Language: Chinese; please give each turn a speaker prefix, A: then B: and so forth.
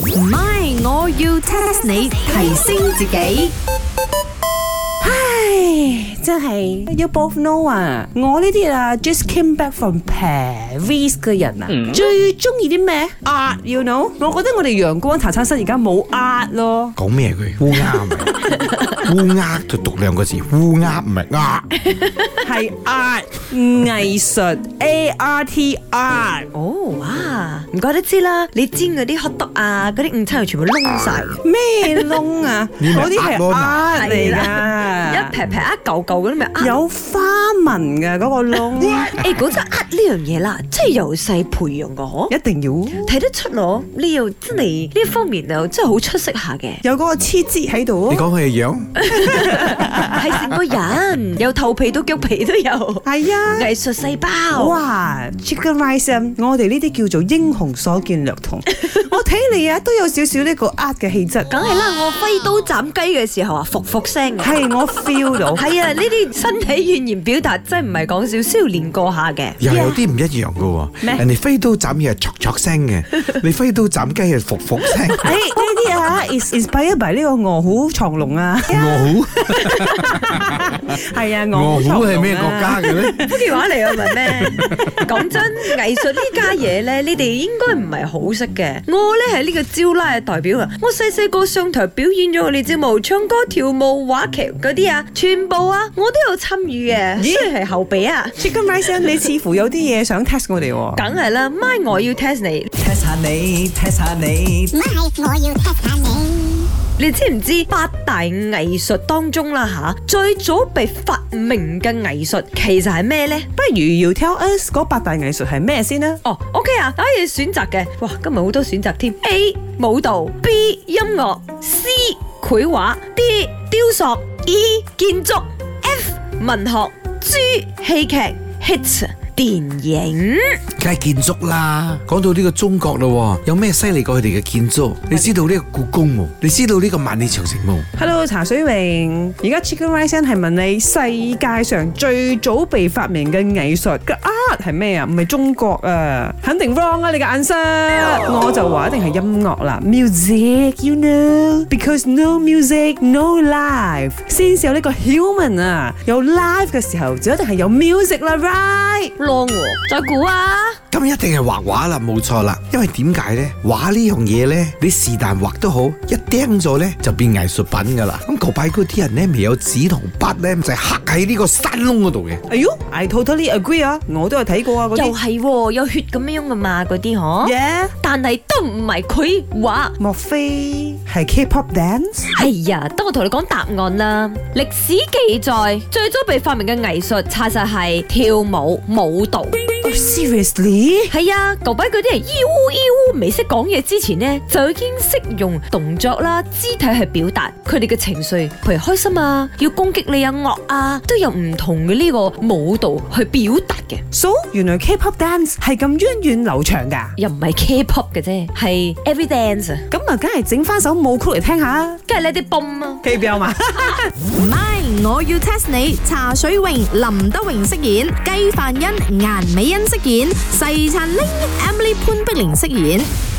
A: 唔係，我要 test 你提升自己。
B: 唉，真係 you both know à. 啊！我呢啲啊，just came back from Paris à. 嘅人啊，最中意啲咩 art you know？我覺得我哋陽光茶餐室而家冇 art 咯。
C: 講咩佢烏鴉啊咪 烏鴉就讀兩個字，烏鴉唔係鴉。
B: 係 art 藝術 A R T art。
D: 哦，哇！唔怪得知啦，你煎嗰啲 hot dog à, 啊，嗰啲午餐肉全部窿晒，
B: 咩窿啊？
C: 呢咪
B: 嗰啲係
C: art 咯
B: 呃嚟
D: 一
B: 㗎，
D: 撇撇一嚿嚿嗰啲咪呃。
B: 有花紋嘅嗰個窿，
D: 誒講真呃呢樣嘢啦，真係由細培養嘅嗬，
B: 一定要
D: 睇得出咯。你又真係呢方面又真係好出色下嘅，
B: 有嗰個黐枝喺度
C: 你
B: 啊。
C: 講佢嘅樣，
D: 係成個人由頭皮到腳皮都有
B: 係啊。
D: 藝術細胞。
B: 哇，Chicken Rice 啊我哋呢啲叫做英雄所見略同。我睇你啊，都有少少呢個呃嘅氣質，
D: 梗係啦，我揮刀斬雞嘅時候啊，服服聲嘅。
B: 係我 feel 到。
D: 係啊，呢啲身體語言表達真係唔係講笑，需要練過下嘅。
C: 又有啲唔一樣嘅
B: 咩
C: 喎。人哋飛刀斬嘢係戳戳聲嘅， 你飛刀斬雞係伏伏
B: 誒
C: 聲。
B: 呢啲啊，is inspired by 呢個卧虎藏龍啊，
C: 我
B: 係啊，卧虎藏
C: 好，我好
B: 龍
C: 係
B: 啊
C: 咩國家？嘅咧？
D: 福建話嚟啊，咪咩？ 講真，藝術呢家嘢咧，你哋應該唔係好識嘅。我咧係呢個招拉嘅代表啊！我細細個上台表演咗我哋節目，唱歌、跳舞、話劇嗰啲啊，全部啊，我都有參與嘅，雖然係後備啊。
B: Chicken Rice 啊你似乎有啲嘢想 test 我哋喎。
D: 梗係啦，咪我要 test 你，
E: test 下你，test 下你。
F: 唔係，我要 test 下你。
D: 你知唔知八大藝術當中啦吓，最早被發明嘅藝術其實係咩呢？
B: 不如要 tell us 嗰八大藝術係咩先啦？
D: 哦，OK 啊，可以選擇嘅。哇，今日好多選擇添。A 舞蹈，B 音樂，C 繪畫，D 雕塑，E 建築，F 文學，G 戲劇，H 電影。
C: 梗係建築啦。講到呢個中國咯喎，有咩犀利過佢哋嘅建築？你知道呢個故宮喎，你知道呢個萬里長城喎。
B: Hello，茶水榮，而家 Chicken Rice 係問你世界上最早被發明嘅藝術嘅 art 係咩啊？唔係中國啊，肯定 wrong 啊！你嘅 answer，我就話一定係音樂啦，music，you know，because no music，no life，先至有呢個 human 啊，有 life 嘅時候就一定係有 music 啦，right？
D: long 喎，再估啊！
C: 咁一定係畫畫啦，冇錯啦。因為點解呢？畫呢樣嘢呢，你是但畫都好，一釘咗呢就變藝術品噶啦。咁舊擺嗰啲人呢，未有紙同筆呢，就係刻喺呢個山窿嗰度嘅。
B: 哎呦，I totally agree 啊，我都有睇過啊嗰
D: 又
B: 啲
D: 係喎，有血咁樣噶嘛，嗰啲嗬。
B: ，yeah，
D: 但係都唔係繪畫。
B: 莫非係 K-pop dance？
D: 哎呀，等我同你講答案啦。歷史記載最早被發明嘅藝術，查實係跳舞舞蹈。
B: Oh, seriously？
D: 係啊，舊擺嗰啲人咿烏咿烏未識講嘢之前呢，就已經識用動作啦、肢體去表達佢哋嘅情緒，譬如開心啊，要攻擊你啊、惡啊，都有唔同嘅呢個舞蹈去表達嘅，
B: So 原來 K-pop dance 係咁源遠流長㗎，
D: 又唔係 K-pop 嘅啫，係 every dance 啊，
B: 咁啊，梗係整翻首舞曲嚟聽下啊
D: 梗係呢啲 boom 啊。
B: ，K 表嘛。
A: 唔係，我要 test 你。茶水榮、林德榮飾演，雞凡欣、顏美欣飾演，細陳玲、Emily 潘碧玲飾演。